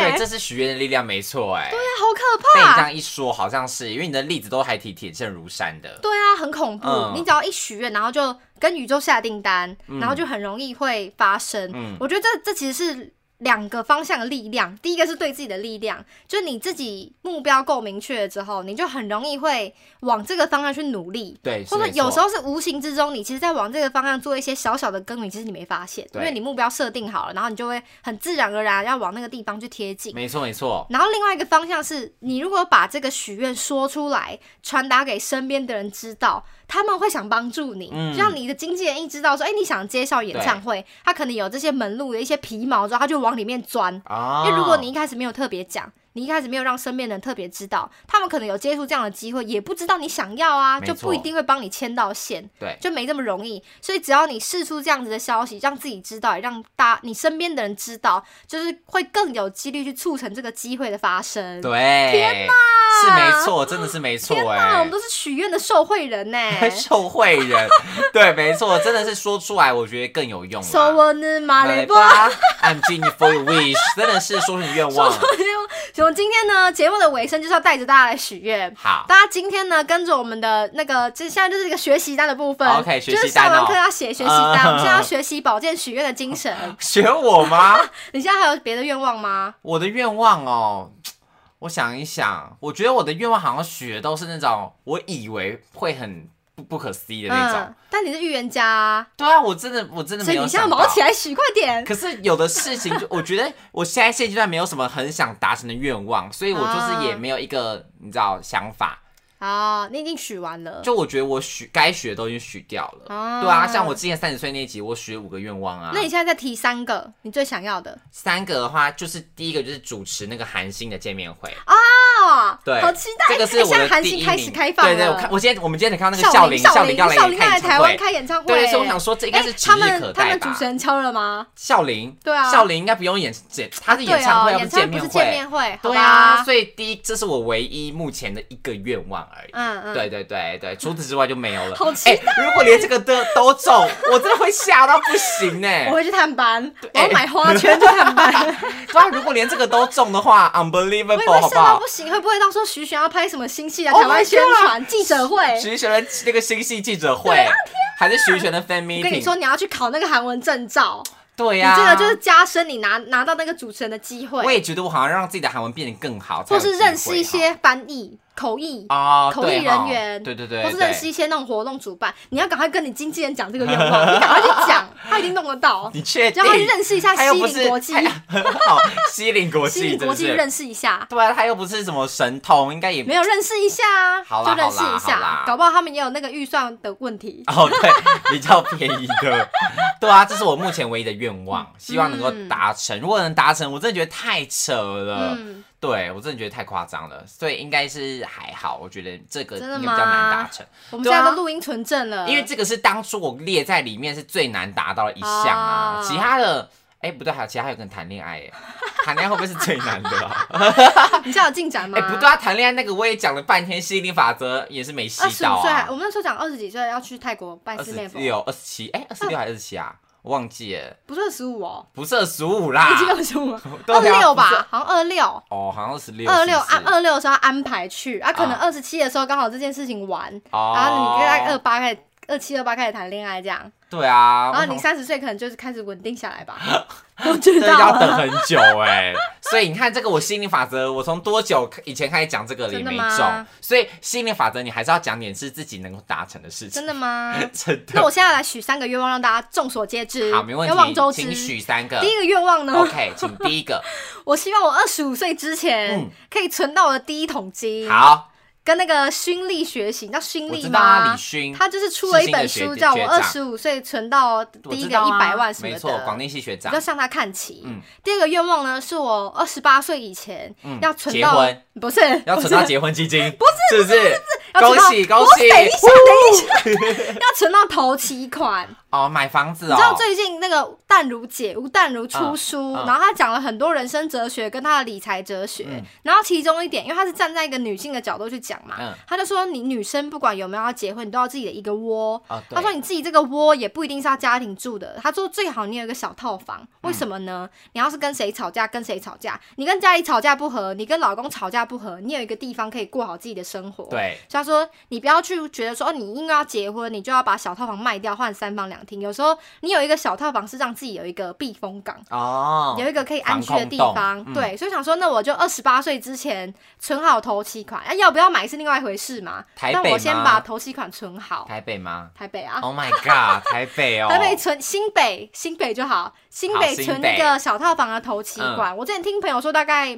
Speaker 1: 量、哎，
Speaker 2: 对，这是许愿的力量，没错，哎，
Speaker 1: 对啊，好可怕。
Speaker 2: 被你这样一说，好像是因为你的例子都还挺铁证如山的，
Speaker 1: 对啊，很恐怖。
Speaker 2: 嗯
Speaker 1: 你只要一许愿，然后就跟宇宙下订单，然后就很容易会发生。
Speaker 2: 嗯
Speaker 1: 我觉得这这其实是两个方向的力量。第一个是对自己的力量，就是你自己目标够明确了之后，你就很容易会往这个方向去努力。
Speaker 2: 对，
Speaker 1: 或者
Speaker 2: 是没错
Speaker 1: 有时候是无形之中，你其实，在往这个方向做一些小小的耕耘，其实你没发现，因
Speaker 2: 对
Speaker 1: 为你目标设定好了，然后你就会很自然而然要往那个地方去贴近。
Speaker 2: 没错没错，
Speaker 1: 然后另外一个方向是，你如果把这个许愿说出来，传达给身边的人知道，他们会想帮助你。
Speaker 2: 嗯
Speaker 1: 就像你的经纪人一知道说，哎，你想介绍演唱会，他可能有这些门路的一些皮毛之后，他就往里面钻。哎
Speaker 2: 哦，
Speaker 1: 因为如果你一开始没有特别讲，你一开始没有让身边的人特别知道，他们可能有接触这样的机会，也不知道你想要啊，
Speaker 2: 没
Speaker 1: 就不一
Speaker 2: 错
Speaker 1: 定会帮你牵到线，
Speaker 2: 对
Speaker 1: 就没这么容易。所以只要你试出这样子的消息，让自己知道，也让大你身边的人知道，就是会更有几率去促成这个机会的发生。
Speaker 2: 对，天哪，是没错，真的是没错
Speaker 1: 天
Speaker 2: 哎、
Speaker 1: 我们都是许愿的受贿人呢、
Speaker 2: 受贿人，对，没错，真的是说出来，我觉得更有用啦。
Speaker 1: So w a 马雷波。
Speaker 2: ，I'm genie for your wish，真的是说出你愿 望。
Speaker 1: 我们今天呢，节目的尾声就是要带着大家来许愿。
Speaker 2: 好，
Speaker 1: 大家今天呢，跟着我们的那个，这现在就是一个学习单的部分。
Speaker 2: OK，
Speaker 1: 就
Speaker 2: 学
Speaker 1: 是
Speaker 2: 习单
Speaker 1: 上
Speaker 2: 哦
Speaker 1: 完课要写学习单，
Speaker 2: 嗯
Speaker 1: 我们现在要学习保健许愿的精 神。
Speaker 2: 学我吗？
Speaker 1: 你现在还有别的愿望吗？
Speaker 2: 我的愿望哦，我想一想，我觉得我的愿望好像许的都是那种我以为会很不不可思议的那种。
Speaker 1: 嗯，但你是预言家、啊，
Speaker 2: 对啊，我真的我真的
Speaker 1: 所
Speaker 2: 没
Speaker 1: 以
Speaker 2: 有
Speaker 1: 你现在
Speaker 2: 想到
Speaker 1: 毛。起来许，快点。
Speaker 2: 可是有的事情就，我觉得我现在现阶段没有什么很想达成的愿望，所以我
Speaker 1: 啊
Speaker 2: 就是也没有一个、你知道想法。
Speaker 1: 好，你已经许完了。
Speaker 2: 就我觉得我许该许的都已经许掉了。
Speaker 1: 啊
Speaker 2: 对啊，像我之前三十岁那一集，我许了五个愿望啊。
Speaker 1: 那你现在再提三个你最想要的
Speaker 2: 三个的话，就是第一个就是主持那个韩星的见面会，
Speaker 1: 啊？
Speaker 2: 对，
Speaker 1: 好期待！
Speaker 2: 这个是
Speaker 1: 哎
Speaker 2: 我
Speaker 1: 现在
Speaker 2: 的
Speaker 1: 韩
Speaker 2: 第一
Speaker 1: 星
Speaker 2: 名。
Speaker 1: 开始开放了。
Speaker 2: 对对，我看我今天我们今天才看到那个
Speaker 1: 少
Speaker 2: 林，
Speaker 1: 少
Speaker 2: 少
Speaker 1: 林
Speaker 2: 要来
Speaker 1: 少
Speaker 2: 演
Speaker 1: 林要
Speaker 2: 开
Speaker 1: 来
Speaker 2: 演唱
Speaker 1: 台湾
Speaker 2: 会。
Speaker 1: 开演唱会，
Speaker 2: 对对，所以我想说，这应该是
Speaker 1: 哎
Speaker 2: 指
Speaker 1: 他
Speaker 2: 日
Speaker 1: 们
Speaker 2: 可
Speaker 1: 他
Speaker 2: 待
Speaker 1: 们主
Speaker 2: 吧
Speaker 1: 持。人敲了吗？
Speaker 2: 少林，
Speaker 1: 对啊
Speaker 2: 少林应该不用演演，他是
Speaker 1: 对
Speaker 2: 演唱会，
Speaker 1: 哦、
Speaker 2: 要
Speaker 1: 演唱
Speaker 2: 见
Speaker 1: 会不
Speaker 2: 面
Speaker 1: 是见面会，
Speaker 2: 对
Speaker 1: 好
Speaker 2: 啊，
Speaker 1: 吧
Speaker 2: 所以第一，这是我唯一目前的一个愿望而已。
Speaker 1: 嗯嗯，
Speaker 2: 对对对对，除此之外就没有了。
Speaker 1: 好期
Speaker 2: 哎如果连这个都都中，我真的会吓到不行呢、
Speaker 1: 我会去探班，我要
Speaker 2: 哎
Speaker 1: 买花圈去探班，
Speaker 2: 对啊，如果连这个都中的话
Speaker 1: 我也
Speaker 2: ，unbelievable，
Speaker 1: 会
Speaker 2: 好
Speaker 1: 吓
Speaker 2: 不
Speaker 1: 到
Speaker 2: 好
Speaker 1: 不？行，会不会到时候徐玄要拍什么新戏来
Speaker 2: Oh
Speaker 1: 台湾
Speaker 2: my
Speaker 1: 宣传记者会？
Speaker 2: 徐艺璇的那个新戏记者会，还是徐艺璇的 fan
Speaker 1: 啊我跟你
Speaker 2: meeting，
Speaker 1: 说，你要去考那个韩文证照，
Speaker 2: 对
Speaker 1: 你
Speaker 2: 呀、
Speaker 1: 这个就是。加深你拿拿到那个主持人的机
Speaker 2: 我
Speaker 1: 会，
Speaker 2: 也觉得我好像让自己的韩文变得更好，才
Speaker 1: 或
Speaker 2: 有
Speaker 1: 是
Speaker 2: 机会
Speaker 1: 认识一些翻译、口译，
Speaker 2: 哦，
Speaker 1: 口译
Speaker 2: 对哈
Speaker 1: 人员
Speaker 2: 对对对，
Speaker 1: 或是认
Speaker 2: 对
Speaker 1: 识一些那种活动主办。你要赶快跟你经纪人讲这个愿望， 你赶快去讲，他一定弄得到。
Speaker 2: 你确定？
Speaker 1: 让他去认识一下
Speaker 2: 他又
Speaker 1: 西
Speaker 2: 不
Speaker 1: 林
Speaker 2: 是
Speaker 1: 国际，
Speaker 2: 他 哦，西林国际，
Speaker 1: 西林国际
Speaker 2: 真的是
Speaker 1: 认识一下，
Speaker 2: 对啊，他又不是什么神童，应该也
Speaker 1: 没有认识一下啊，
Speaker 2: 好
Speaker 1: 就
Speaker 2: 啦
Speaker 1: 认识一
Speaker 2: 好啦好
Speaker 1: 下
Speaker 2: 啦，
Speaker 1: 搞不好他们也有那个预算的问题。
Speaker 2: 哦，对，比较便宜的，对啊，这是我目前唯一的愿望，希望能够达成。如果能达成，我真的觉得太扯了，
Speaker 1: 嗯，
Speaker 2: 对我真的觉得太夸张了，所以应该是还好，我觉得这个应
Speaker 1: 真
Speaker 2: 该
Speaker 1: 的
Speaker 2: 比
Speaker 1: 吗
Speaker 2: 较难达成，
Speaker 1: 我们现
Speaker 2: 对啊
Speaker 1: 在都录音存证了，
Speaker 2: 因为这个是当初我列在里面是最难达到的一项啊，
Speaker 1: 哦
Speaker 2: 其他的。哎、不对，还有其他还有跟谈恋爱耶，谈恋爱会不会是最难的、 啊？
Speaker 1: 哦你现在有进展吗？
Speaker 2: 哎、不对啊，谈恋爱那个我也讲了半天，吸引力法则也是没吸
Speaker 1: 二十
Speaker 2: 到
Speaker 1: 五岁
Speaker 2: 啊
Speaker 1: 还，。我们那时候讲二十几岁要去泰国拜
Speaker 2: 二
Speaker 1: 师妹
Speaker 2: 十
Speaker 1: 佛，
Speaker 2: 六、二十七，哎，二十六还是二十七啊？我忘记了，
Speaker 1: 不是二十五哦，
Speaker 2: 不是二十五啦
Speaker 1: 已，经 二十五了，
Speaker 2: 对
Speaker 1: 二
Speaker 2: 啊
Speaker 1: 六吧
Speaker 2: 不是，
Speaker 1: 好像二六。
Speaker 2: 哦，好像二十六，
Speaker 1: 二六
Speaker 2: 是
Speaker 1: 安
Speaker 2: 不是
Speaker 1: 二六的时候要安排去啊，可能
Speaker 2: 啊
Speaker 1: 二十七的时候刚好这件事情完，
Speaker 2: 哦，
Speaker 1: 然后啊你大概二八开始，二七二八开始谈恋爱这样，
Speaker 2: 对啊，
Speaker 1: 然后 你
Speaker 2: 我
Speaker 1: 三十岁可能就是开始稳定下来 吧，我知
Speaker 2: 真的
Speaker 1: 道
Speaker 2: 要
Speaker 1: 了
Speaker 2: 等。很久哎、 所以你看这个我心理法则，我从多久以前开始讲这个也
Speaker 1: 真的
Speaker 2: 没
Speaker 1: 吗
Speaker 2: 中，所以心理法则你还是要讲点是自己能够达成的事情，
Speaker 1: 真的吗？
Speaker 2: 真
Speaker 1: 那
Speaker 2: 的。
Speaker 1: 我现在来许三个愿望，让大家众所皆知。
Speaker 2: 好，没问
Speaker 1: 要望周
Speaker 2: 题，
Speaker 1: 知。
Speaker 2: 请
Speaker 1: 第
Speaker 2: 许三个。
Speaker 1: 一个愿望呢
Speaker 2: OK，请第一个，
Speaker 1: 我希望我二十五岁之前
Speaker 2: 嗯
Speaker 1: 可以存到我的 第一桶金，
Speaker 2: 好，
Speaker 1: 跟那个勋利学习。你知道勋
Speaker 2: 我
Speaker 1: 利
Speaker 2: 知道啊，
Speaker 1: 吗
Speaker 2: 李？勋，
Speaker 1: 他就是出了一本
Speaker 2: 是新
Speaker 1: 书，
Speaker 2: 的学
Speaker 1: 叫《我
Speaker 2: 学
Speaker 1: 二
Speaker 2: 长
Speaker 1: 十五岁存到
Speaker 2: 我
Speaker 1: 第一
Speaker 2: 知
Speaker 1: 个
Speaker 2: 道
Speaker 1: 一
Speaker 2: 啊
Speaker 1: 百万》什么的。
Speaker 2: 没错，广电系学
Speaker 1: 你
Speaker 2: 长
Speaker 1: 就，向他看齐。
Speaker 2: 嗯
Speaker 1: 第二个愿望呢，是我二十八岁以前
Speaker 2: 嗯
Speaker 1: 要存
Speaker 2: 结
Speaker 1: 到，
Speaker 2: 婚
Speaker 1: 不是
Speaker 2: 要存到结婚基金，不是，是不是？
Speaker 1: 要存
Speaker 2: 恭
Speaker 1: 到
Speaker 2: 喜恭喜！
Speaker 1: 等一下，等一下，要存到头期款。
Speaker 2: 哦，买房子哦，
Speaker 1: 你知道最近那个淡如姐吴淡如出书，
Speaker 2: 嗯嗯
Speaker 1: 然后她讲了很多人生哲学跟她的理财哲学，
Speaker 2: 嗯
Speaker 1: 然后其中一点，因为她是站在一个女性的角度去讲嘛，
Speaker 2: 嗯
Speaker 1: 她就说你女生不管有没有要结婚，你都要自己的一个窝。
Speaker 2: 哦，对
Speaker 1: 她说：“你自己这个窝也不一定是要家庭住的。她说最好你有一个小套房，为什么呢？
Speaker 2: 嗯
Speaker 1: 你要是跟谁吵架，跟谁吵架，你跟家里吵架不和，你跟老公吵架不和，你有一个地方可以过好自己的生活。
Speaker 2: 对，
Speaker 1: 所以他说，你不要去觉得说，哦，你因为要结婚，你就要把小套房卖掉换三房两厅。有时候你有一个小套房是让自己有一个避风港，
Speaker 2: 哦，
Speaker 1: 有一个可以安居的地
Speaker 2: 防
Speaker 1: 方
Speaker 2: 空。洞嗯
Speaker 1: 对，所以想说，那我就二十八岁之前存好头期款，啊，要不要买是另外一回事嘛。
Speaker 2: 台
Speaker 1: 但
Speaker 2: 北
Speaker 1: 我先
Speaker 2: 吗
Speaker 1: 把头期款存好。
Speaker 2: 台北吗
Speaker 1: 台北啊。
Speaker 2: ？Oh my god，台 北哦，
Speaker 1: 台北存新北，新北就好，新
Speaker 2: 好
Speaker 1: 北
Speaker 2: 新
Speaker 1: 存一
Speaker 2: 北
Speaker 1: 个小套房的头期款。
Speaker 2: 嗯
Speaker 1: 我之前听朋友说，大概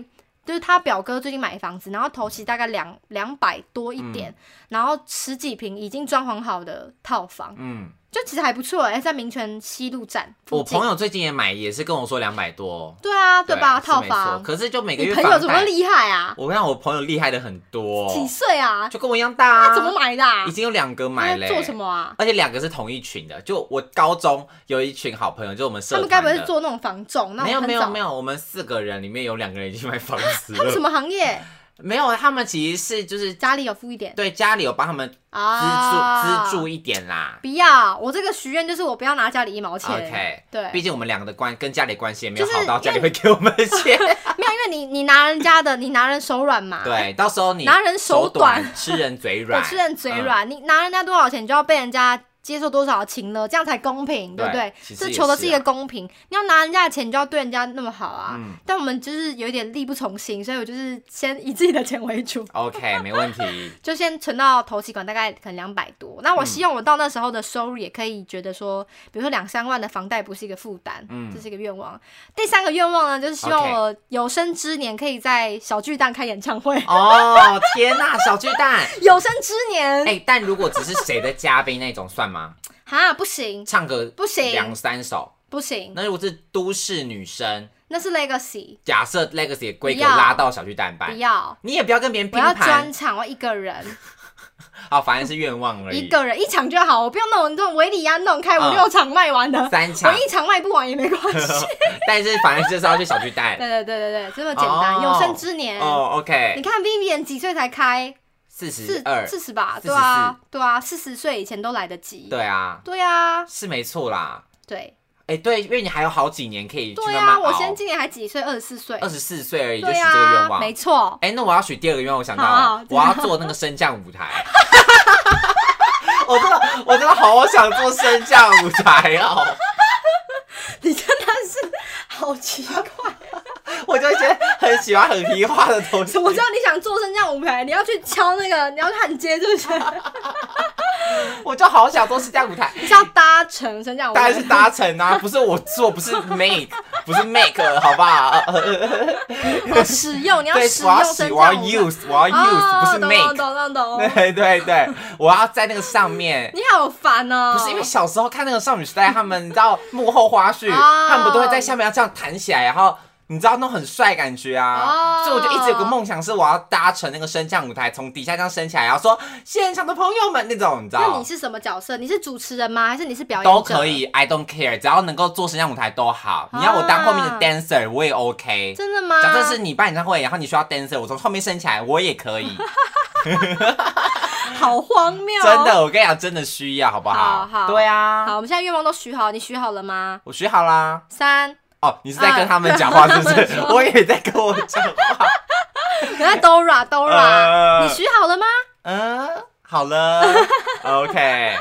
Speaker 1: 就是他表哥最近买房子，然后头期大概两
Speaker 2: 嗯
Speaker 1: 两百多一点，然后十几平已经装潢好的套房，
Speaker 2: 嗯，
Speaker 1: 就其实还不错哎、在民权西路站附
Speaker 2: 我
Speaker 1: 近
Speaker 2: 朋。友最近也买，也是跟我说两百多，
Speaker 1: 对啊，对吧？
Speaker 2: 是
Speaker 1: 套
Speaker 2: 没错
Speaker 1: 房，
Speaker 2: 可是就每个
Speaker 1: 你
Speaker 2: 月
Speaker 1: 朋友
Speaker 2: 房
Speaker 1: 怎么
Speaker 2: 贷，
Speaker 1: 厉害啊？
Speaker 2: 我让我朋友厉害的很多，
Speaker 1: 几岁啊？
Speaker 2: 就跟我一样大哦啊，
Speaker 1: 他怎么买的、啊
Speaker 2: 已？经有两个买
Speaker 1: 他在
Speaker 2: 了、
Speaker 1: 做什？么啊？
Speaker 2: 而且两个是同一群的，就我高中有一群好朋友，就我们社
Speaker 1: 他们
Speaker 2: 团
Speaker 1: 该不会是
Speaker 2: 的
Speaker 1: 做那种房仲？那
Speaker 2: 没有
Speaker 1: 种很
Speaker 2: 没有
Speaker 1: 早
Speaker 2: 没有，我们四个人里面有两个人已经买房子
Speaker 1: 他们什
Speaker 2: 了，
Speaker 1: 么行业？
Speaker 2: 没有，啊他们其实是就是
Speaker 1: 家里有付一点
Speaker 2: 对家里有帮他们资助、
Speaker 1: 啊？
Speaker 2: 资助一点啦。
Speaker 1: 不要，我这个许愿就是我不要拿家里一毛钱。
Speaker 2: OK，
Speaker 1: 对，
Speaker 2: 毕竟我们两个的关跟家里关系也没有
Speaker 1: 就是
Speaker 2: 好到家里会给我们 钱，
Speaker 1: 没有，因为你你拿人家的，你拿人手软嘛。，
Speaker 2: 对，到时候你
Speaker 1: 拿人手
Speaker 2: 手
Speaker 1: 短
Speaker 2: 短，吃人嘴
Speaker 1: 我
Speaker 2: 软，嗯
Speaker 1: 吃人嘴软，你拿人家多少钱，你就要被人家接受多少的情了，这样才公平，对不对
Speaker 2: 对？其实
Speaker 1: 这
Speaker 2: 也
Speaker 1: 求的
Speaker 2: 是
Speaker 1: 是一个
Speaker 2: 啊
Speaker 1: 公平。你要拿人家的钱，你就要对人家那么好啊。
Speaker 2: 嗯
Speaker 1: 但我们就是有点力不从心，所以我就是先以自己的钱为主。
Speaker 2: OK，没问题。
Speaker 1: 就先存到投期款，大概可能两百多。那我希望我到那时候的收入也可以觉得说，比如说两三万的房贷不是一个负担，
Speaker 2: 嗯
Speaker 1: 这是一个愿望。第三个愿望呢，就是希望
Speaker 2: OK
Speaker 1: 我有生之年可以在小巨蛋开演唱会。
Speaker 2: 哦，天呐，小巨 蛋！
Speaker 1: 有生之年，
Speaker 2: 哎、但如果只是谁的嘉宾那种算吗？
Speaker 1: 哈，不行
Speaker 2: 唱个
Speaker 1: 不行
Speaker 2: 两三首。
Speaker 1: 不行，
Speaker 2: 那如果是都市女生，
Speaker 1: 那是 legacy，
Speaker 2: 假设 Legacy 的规格
Speaker 1: 不要
Speaker 2: 拉到小巨蛋
Speaker 1: 不
Speaker 2: 办，
Speaker 1: 要。
Speaker 2: 你也不要跟别人
Speaker 1: 我
Speaker 2: 拼
Speaker 1: 要
Speaker 2: 盘
Speaker 1: 专，场，我一个人，
Speaker 2: 好，哦反正是愿望而
Speaker 1: 一
Speaker 2: 已。
Speaker 1: 个人一场就好，我不用那种这种维里安那种啊开五
Speaker 2: 嗯
Speaker 1: 六场卖完的，
Speaker 2: 三
Speaker 1: 我
Speaker 2: 场，
Speaker 1: 一场卖不完也没关 系。
Speaker 2: 但是反正就是要去小
Speaker 1: 对
Speaker 2: 巨 蛋。
Speaker 1: 对对对对，这么简单，
Speaker 2: 哦
Speaker 1: 有生之年。
Speaker 2: 哦
Speaker 1: 你
Speaker 2: ，OK，
Speaker 1: 看 Vivian 几岁才开？
Speaker 2: 四
Speaker 1: 四
Speaker 2: 十二，
Speaker 1: 四十吧？
Speaker 2: 44
Speaker 1: 对啊，对啊，四十岁以前都来得及。
Speaker 2: 对啊，
Speaker 1: 对啊，
Speaker 2: 是没错啦。
Speaker 1: 对
Speaker 2: 哎、对，因为你还有好几年可以去
Speaker 1: 对
Speaker 2: 慢慢
Speaker 1: 啊，
Speaker 2: 熬。
Speaker 1: 我现在今年还几岁？二十四岁。
Speaker 2: 二十四岁而已，就许
Speaker 1: 对
Speaker 2: 这个愿
Speaker 1: 啊，
Speaker 2: 望。
Speaker 1: 没 错。
Speaker 2: 哎、那我要许第二个愿望，我想到
Speaker 1: 好好
Speaker 2: 了，我要做那个升降舞台。 我真的，我真的好想做升降舞台哦！
Speaker 1: 你真的是好奇怪，
Speaker 2: 我就一些很喜欢很皮化的东西。
Speaker 1: 我知道你想做成这样舞台，你要去敲那个，你要焊接，就是 你
Speaker 2: 我就好想做升降舞台，
Speaker 1: 是要搭乘升降舞
Speaker 2: 当
Speaker 1: 台
Speaker 2: 然是。达成 啊，不是我做，不是 make，不是 make，好不好？
Speaker 1: 哦使用，你要
Speaker 2: 对，
Speaker 1: 使
Speaker 2: 我
Speaker 1: 用
Speaker 2: 要
Speaker 1: 升
Speaker 2: 洗，
Speaker 1: 降
Speaker 2: 我要
Speaker 1: 舞台。
Speaker 2: use，我要 use，不
Speaker 1: 哦，
Speaker 2: 是
Speaker 1: 懂
Speaker 2: make。
Speaker 1: 懂懂 懂懂。
Speaker 2: 对对对，我要在那个上面。
Speaker 1: 你好烦哦。
Speaker 2: 不是因为小时候看那个少女时代，他们你知道幕后花絮，
Speaker 1: 哦
Speaker 2: 他们不都会在下面要这样弹起来，然后你知道那种很帅的感觉啊
Speaker 1: 哦
Speaker 2: 所以我就一直有个梦想是我要搭乘那个升降舞台，从底下这样升起来，然后说现场的朋友们那种，你知
Speaker 1: 那
Speaker 2: 道
Speaker 1: 你是什么角色？你是主持人吗？还是你是表演者？
Speaker 2: 都可。以，I don't care，只要能够做升降舞台都好。你要我当后面的 dancer，我也 OK。
Speaker 1: 真的吗？
Speaker 2: 假设是你办演唱会，然后你需要 dancer，我从后面升起来，我也 可以。
Speaker 1: 好荒谬、哦。
Speaker 2: 真的，我跟你讲，真的需要，好不
Speaker 1: 好
Speaker 2: 好？
Speaker 1: 好
Speaker 2: 对啊，
Speaker 1: 好，我们现在愿望都许好，你许好了吗？
Speaker 2: 我学好啦。
Speaker 1: 三，
Speaker 2: 哦，你是
Speaker 1: 呃
Speaker 2: 在跟他们讲话是不
Speaker 1: 啊对
Speaker 2: 是？我也在跟我讲话。
Speaker 1: 你在 Dora Dora，
Speaker 2: 呃
Speaker 1: 你许好了吗？
Speaker 2: 嗯，好了，OK，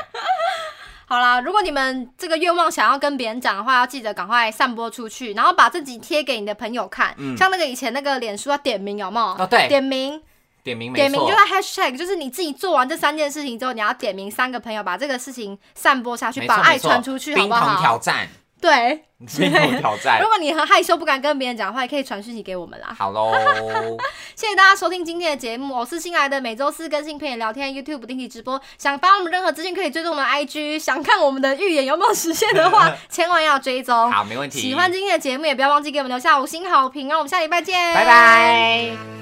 Speaker 1: 好啦，如果你们这个愿望想要跟别人讲的话，要记得赶快散播出去，然后把自己贴给你的朋友看。
Speaker 2: 嗯
Speaker 1: 像那个以前那个脸书要点名，有没有？
Speaker 2: 哦对
Speaker 1: 点名，
Speaker 2: 点名没
Speaker 1: 点名
Speaker 2: 错
Speaker 1: 就。在 hashtag，就是你自己做完这三件事情之后，你要点名三个朋友，把这个事情散播下去，
Speaker 2: 没
Speaker 1: 把
Speaker 2: 错
Speaker 1: 爱
Speaker 2: 没错
Speaker 1: 传出去，好
Speaker 2: 冰
Speaker 1: 不
Speaker 2: 桶挑
Speaker 1: 好？
Speaker 2: 战，
Speaker 1: 对，
Speaker 2: 冰桶挑战
Speaker 1: 如，果你很害羞不敢跟别人讲话，也可以传讯息给我们啦。
Speaker 2: 好喽，
Speaker 1: 谢谢大家收听今天的节目，我是新来的，每周四更新片野聊天，YouTube 不定期直播。想发我们任何资讯，可以追踪我们的 IG。想看我们的预言有没有实现的 话，千万要追踪。
Speaker 2: 好，没问题。
Speaker 1: 喜欢今天的节目，也不要忘记给我们留下五星好评哦。我们下礼拜见，
Speaker 2: 拜拜。